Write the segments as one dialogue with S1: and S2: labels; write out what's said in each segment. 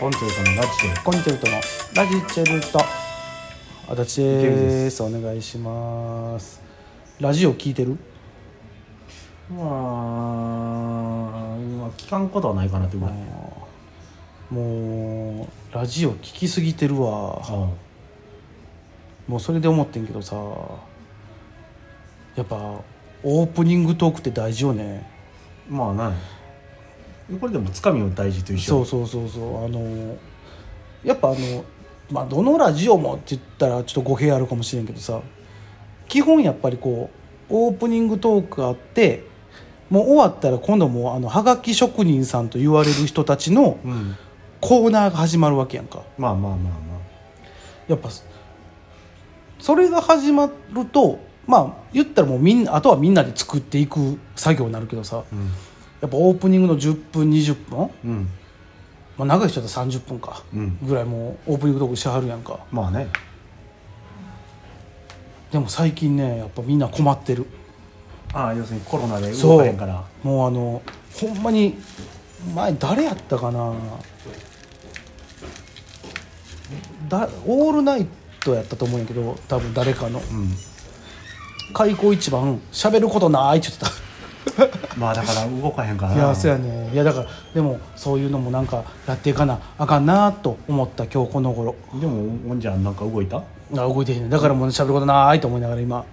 S1: コンチェルトのラジエ
S2: コンチェルトのラジチェルト足立
S1: 池水
S2: で
S1: です
S2: お願いしますラジオ聞いてる
S1: まあまあ聞かんことはないかなってぐらい、
S2: もうラジオ聞きすぎてるわ
S1: うん
S2: もうそれで思ってんけどさやっぱオープニングトークって大事よね
S1: まあないこれでもつかみの大事と一緒
S2: そうそうそうそうあのやっぱあのまあどのラジオもって言ったらちょっと語弊あるかもしれんけどさ基本やっぱりこうオープニングトークがあってもう終わったら今度もうあのはがき職人さんと言われる人たちの
S1: うん
S2: コーナーが始まるわけやんか
S1: まあまあまあま
S2: やっぱそれが始まるとまあ言ったらもうみんなあとはみんなで作っていく作業になるけどさ
S1: あうん
S2: やっぱオープニングの10分20分、
S1: うん
S2: まあ、長い人だったら30分か、
S1: うん
S2: ぐらいもうオープニングトークしてはるやんか
S1: まあね
S2: でも最近ねやっぱみんな困ってる
S1: ああ要するにコロナで動かへんから
S2: もうあのほんまに前誰やったかなだオールナイトやったと思うんやけど多分誰かの
S1: うん
S2: 開口一番喋ることないって言ってた
S1: まあだから動かへんから
S2: い
S1: な
S2: やそうやねいやだからでもそういうのもなんかやっていかなあかんなと思った今日この頃
S1: でもおんじゃんなんか動いた
S2: あ動いてへんねだからもう喋ることないと思いながら今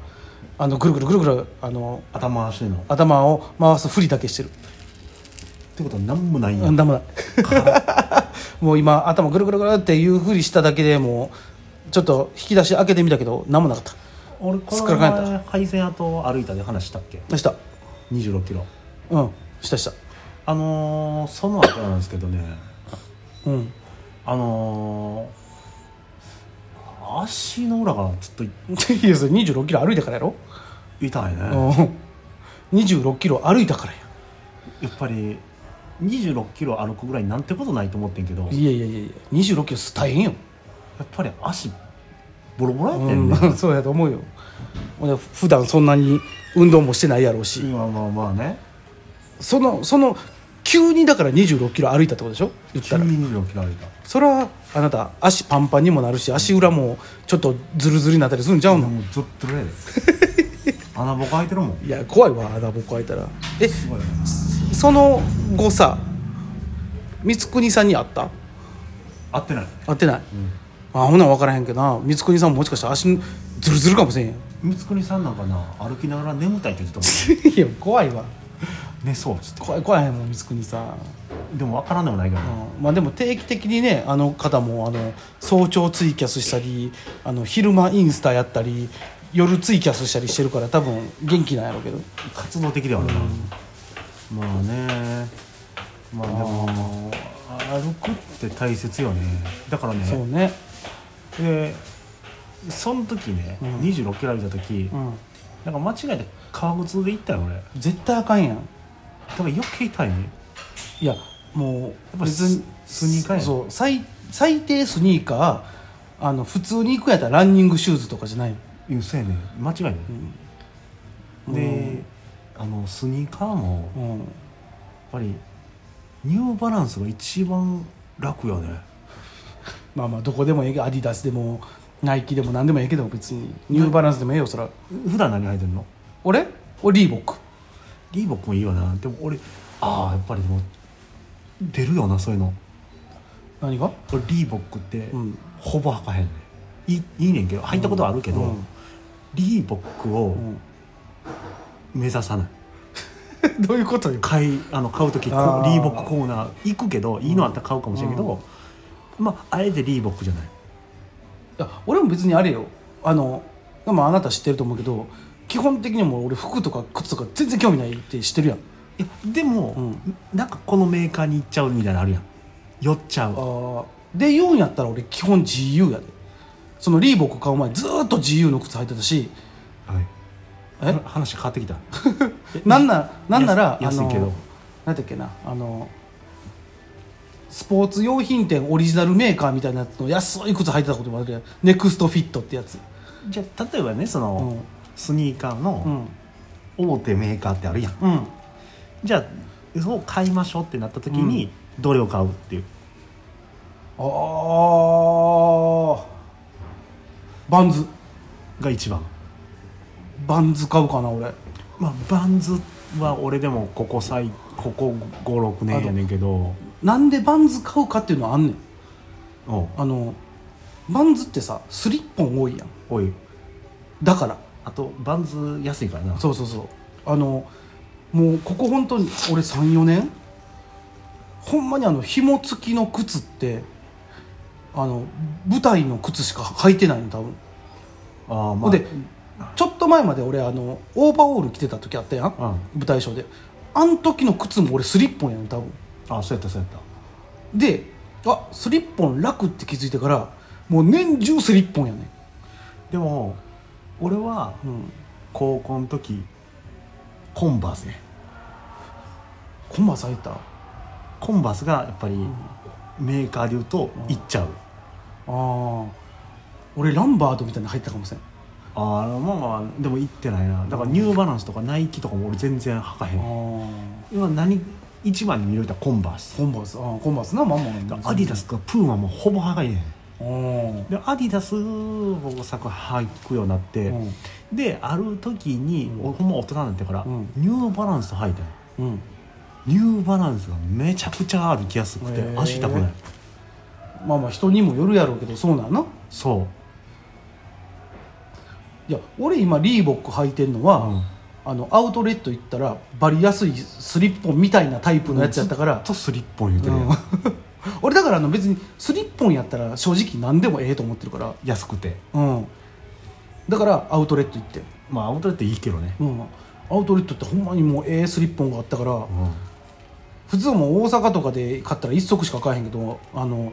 S2: あのぐるぐるぐるぐるあの
S1: 頭回してんのっ
S2: 頭を回すふりだけしてる
S1: てことは何もないんや
S2: うんだも だもう今頭ぐるぐるぐるっていうふりしただけでもうちょっと引き出し開けてみたけど何もなかった
S1: 俺こ
S2: すっ
S1: の
S2: からかんやった
S1: 前配線跡歩いたで話したっけ
S2: そした
S1: 2 6キロ
S2: うんしたした
S1: あのー、その後なんですけどね
S2: うん
S1: あのー、足の裏がずっとい
S2: いやそれ26キロ歩いたからやろ、
S1: 痛いね
S2: うん、26キロ歩いたからや
S1: やっぱり2 6キロ歩くぐらいなんてことないと思ってんけどや
S2: いやいやいやいや26キロ大変よ、
S1: っぱり足ボロボロやってんね、
S2: うん、 そうやと思うよほんで普段そんなに運動もしてないやろうし
S1: まあまあまあね
S2: そのその急にだから26キロ歩いたってことでしょ言っ
S1: 急
S2: たら
S1: に2 6キロ歩いた
S2: それはあなた足パンパンにもなるし足裏もちょっとズルズルになったりするんちゃうの、
S1: もうずっとやで穴ぼこ開いてるもん
S2: いや怖いわ穴ぼこ開いたらえ
S1: すごいよ
S2: その後さ光国さんに会った
S1: な合ってない
S2: 会ってない、あほな分からへんけどな光国さんももしかしたら足ズルズルかもしれんやん
S1: 光圀さんなんかな歩きながら眠たいって言ってたもん
S2: いや怖いわ
S1: 寝そうっつって
S2: 怖い怖いもん光国さん、
S1: でも分からんでもないけどね
S2: うんまあでも定期的にねあの方もあの早朝ツイキャスしたりあの昼間インスタやったり夜ツイキャスしたりしてるから多分元気なんやろうけど
S1: 活動的ではあるな、まあねまあでも歩くって大切よねだから
S2: そう
S1: ね
S2: ね
S1: でその時ね、
S2: ん
S1: 2 6キロ歩いた時、
S2: うん
S1: なんか間違えて革靴で行ったよ俺だか
S2: 絶対あかんやん
S1: ら余計痛いね
S2: いやもう
S1: ぱススニーカーやん
S2: そう最最低スニーカーあの普通に行くんやったらランニングシューズとかじゃない
S1: うんそうやね間違いない、
S2: うん
S1: であのスニーカーもやっ
S2: うん
S1: ぱりニューバランスが一番楽よね
S2: まあまあどこでもええけどアディダスでもナイキでも何でもええけど別にニューバランスでもええよそら
S1: 普段何履いてんの
S2: 俺俺リーボック
S1: リーボックもいいよなでも俺ああやっぱりでも出るよなそういうの
S2: 何 が
S1: 俺リーボックって
S2: うん
S1: ほぼ履かへんねんいいいいねんけど履いたことはあるけど、
S2: うんうん
S1: リーボックを
S2: うん
S1: 目指さない
S2: どういうことよ
S1: 買いあの買う時こう
S2: あー
S1: リーボックコーナー行くけどいいのあったら買うかもしれんけど、まああえてリーボックじゃない
S2: いや俺も別にあれよあのでもあなた知ってると思うけど基本的にもう俺服とか靴とか全然興味ないって知ってるやん
S1: いやでも、
S2: うん
S1: なんかこのメーカーに行っちゃうみたいなのあるやん寄っちゃう
S2: あーで言うんやったら俺基本 GU やでそのリーボック買う前ずーっと GU の靴履いてたし
S1: はい
S2: え
S1: 話変わ ってきた
S2: なんななんなら
S1: 安
S2: あの
S1: 安いけど
S2: なんだっけなあのスポーツ用品店オリジナルメーカーみたいなやつの安い靴履いてたこともあるやんネクストフィットってやつ
S1: じゃあ例えばねその、
S2: うん
S1: スニーカー
S2: う
S1: の
S2: ん
S1: 大手メーカーってあるやん
S2: うん
S1: じゃあそう買いましょうってなった時に、どれを買うっていう
S2: ああバンズ
S1: が一番
S2: バンズ買うかな俺
S1: まあバンズは俺でもここ最ここ56年やねんけど
S2: なんでバンズ買うかっていうのはあんねん
S1: おう
S2: あのバンズってさスリッポン多いやん
S1: おい
S2: だから
S1: あとバンズ安いからな
S2: そうそうそうあのもうここ本当に俺34年ほんまにあの紐付きの靴ってあの舞台の靴しか履いてないの多分、
S1: ああ
S2: ほ
S1: ま
S2: ん
S1: あ
S2: でちょっと前まで俺あのオーバーオール着てた時あったやん、
S1: うん
S2: 舞台ショーであん時の靴も俺スリッポンやねん多分
S1: あそうやったそうやった
S2: であスリッポン楽って気づいてからもう年中スリッポンやねん
S1: でも俺は
S2: うん
S1: 高校の時コンバースね
S2: コンマ咲いたあ
S1: コンバースがやっぱりメーカーで言うといっちゃう、
S2: あ俺ランバードみたいなの入ったかもしれん
S1: ああまあまあでもいってないなだからニューバランスとかナイキとかも俺全然履かへ
S2: あ
S1: ん
S2: あ
S1: 今何一番に見られたらコンバース
S2: コンバースああコンバースなまんまなんだ
S1: アディダスとかプーマもほぼ履かへん
S2: うん
S1: でアディダスを作履くようになって、
S2: うん
S1: である時に、
S2: うん
S1: 俺ほんま大人になってから、
S2: うん
S1: ニューバランス履いたんよ
S2: うん
S1: ニューバランスがめちゃくちゃ歩きやすくて
S2: へー
S1: 足痛くない
S2: まあまあ人にもよるやろうけどそうなんやな
S1: そう
S2: いや俺今リーボック履いてんのは、あのアウトレット行ったらバリやすいスリッポンみたいなタイプのやつやったから
S1: ずっ、とスリッポン言うてるやん、
S2: うん 俺だからあの別にスリッポンやったら正直何でもええと思ってるから
S1: 安くて
S2: うんだからアウトレット行って、
S1: まあアウトレットいいけどね、
S2: うん、アウトレットってほんまにもうええスリッポンがあったから、
S1: うん
S2: 普通もう大阪とかで買ったら1足しか買えへんけどあの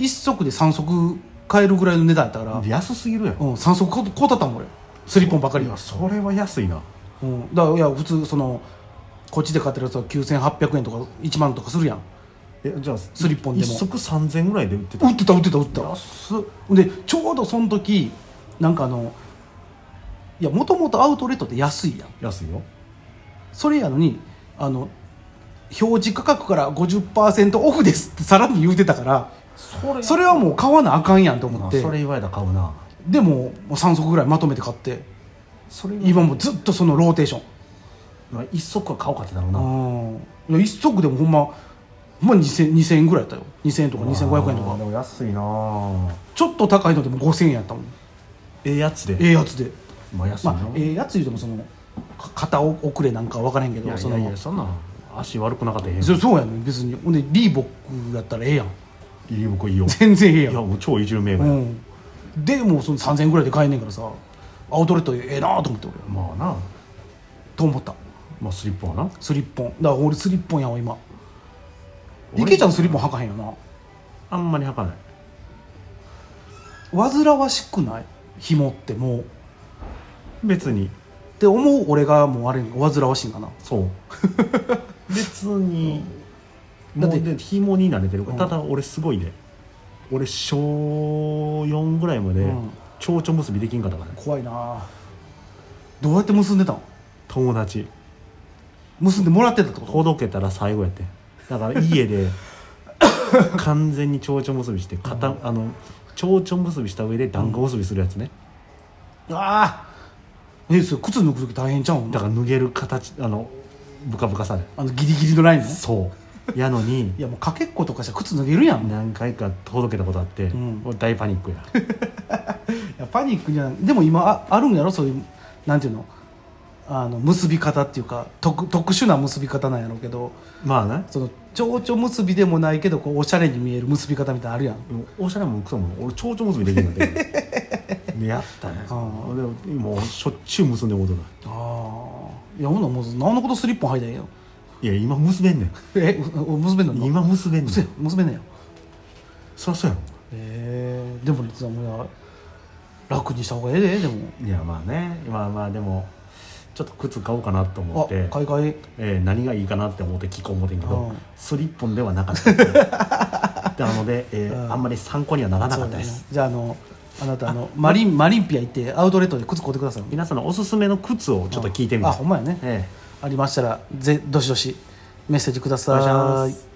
S2: 1足で3足買えるぐらいの値段やったから、
S1: 安すぎるやん
S2: うん、3足買う買うたったもん俺スリッポンばかり
S1: い
S2: は
S1: や、それは安いな
S2: うん、だからいや普通そのこっちで買ってるやつは9800円とか1万とかするやん
S1: えじゃあ
S2: スリッポンでも
S1: 一足3000円ぐらいで売ってた
S2: 売ってた売ってた売ってた
S1: 安っ
S2: でちょうどその時なんかあのいやもともとアウトレットって安いやん
S1: 安いよ
S2: それやのにあの表示価格から50%オフですってさらに言うてたから
S1: それ
S2: それはもう買わなあかんやんと思
S1: ま
S2: っ
S1: あ
S2: て
S1: それ言われたら買うな
S2: でももう3足ぐらいまとめて買って
S1: それ言われた
S2: 今もずっとそのローテーション
S1: まあ一足は買おうかってなるな
S2: うんいや1足でもほんまほんま 2000, 2000円ぐらいやったよ2000円とか2500円と
S1: あーで
S2: か
S1: も安いな
S2: ちょっと高いのでも5000円やったもん
S1: ええやつで
S2: ええやつで
S1: まあ安い
S2: ま
S1: な、
S2: あええやつ言うてもそのか肩遅れなんか分からへんけ
S1: い
S2: ど
S1: や
S2: そ
S1: いやい
S2: の
S1: やそんなん足悪くなかったらええ
S2: そそうやねん別にほんでリーボックやったらええやん
S1: やんいい 僕いいよ
S2: 全然ええ
S1: い
S2: や
S1: や
S2: ん
S1: もう超一流名
S2: う
S1: 分、
S2: んでもうその3000円ぐらいで買えんねんからさアウトレットええなと思って俺
S1: まあな
S2: と思った
S1: まあスリッポンはな
S2: スリッポンだから俺スリッポンやわ今
S1: 俺
S2: 池ちゃんスリッポン履かへんよな
S1: あんまり履かない
S2: 煩わしくない紐ってもうっ
S1: 別に
S2: て思う俺がもうあれに煩わしいんかな
S1: そう別に
S2: だ
S1: だ
S2: っ
S1: ってて紐に慣れてるから、
S2: うん
S1: ただ俺すごいで俺小4ぐらいまで
S2: うん
S1: 蝶々結びできんかったからね
S2: 怖いなどうやって結んでたん
S1: 友達
S2: 結んでもらってたってこと
S1: ほどけたら最後やってんだから家 で完全に蝶々結びして片、あの蝶々結びした上で団子結びするやつね、
S2: ああえそれ靴脱ぐ時大変ちゃうん
S1: だから脱げる形あのブカブカさね
S2: あのギリギリのラインね
S1: そうやのに
S2: いやもうかけっことかしたら靴脱げるやんい
S1: 何回かほどけたことあって、
S2: ん
S1: 俺大パニックや
S2: やパニックじゃないでも今ああるんやろそういうなんていうのあの結び方っていうか特特殊な結び方なんやろうけど
S1: まあな
S2: その蝶々結びでもないけどこうおしゃれに見える結び方みたいなのあるやん
S1: でもおしゃれもクソも俺蝶々結びできるんだけどやったね
S2: あー
S1: でももうしょっちゅう結んでもうとる
S2: ああいやほんならもうなおのことスリッポン履いたらええよ
S1: いや今結べんねん
S2: えおお結べんのに
S1: 今結べんねん
S2: せ結べんねんや
S1: そりゃそうや
S2: ええでも実はもうや楽にした方がええででも
S1: ろいやまあねまあまあでもちょっと靴買おうかなと思
S2: あ
S1: って
S2: 買い替え
S1: えー何がいいかなって思って聞こう思ってんけ
S2: う
S1: ど
S2: ん
S1: スリッポンではなかった なので、えー
S2: うん
S1: あんまり参考にはならなかったで
S2: そうだ
S1: す
S2: ねじゃああのあなたあのマリンマリンピア行ってアウトレットで靴買うてください
S1: 皆さんのおすすめの靴をちょっと聞いてみて
S2: あほんまやね
S1: ええ
S2: ありましたらぜどしどしメッセージくだ
S1: お願いし
S2: さ
S1: ま
S2: い
S1: す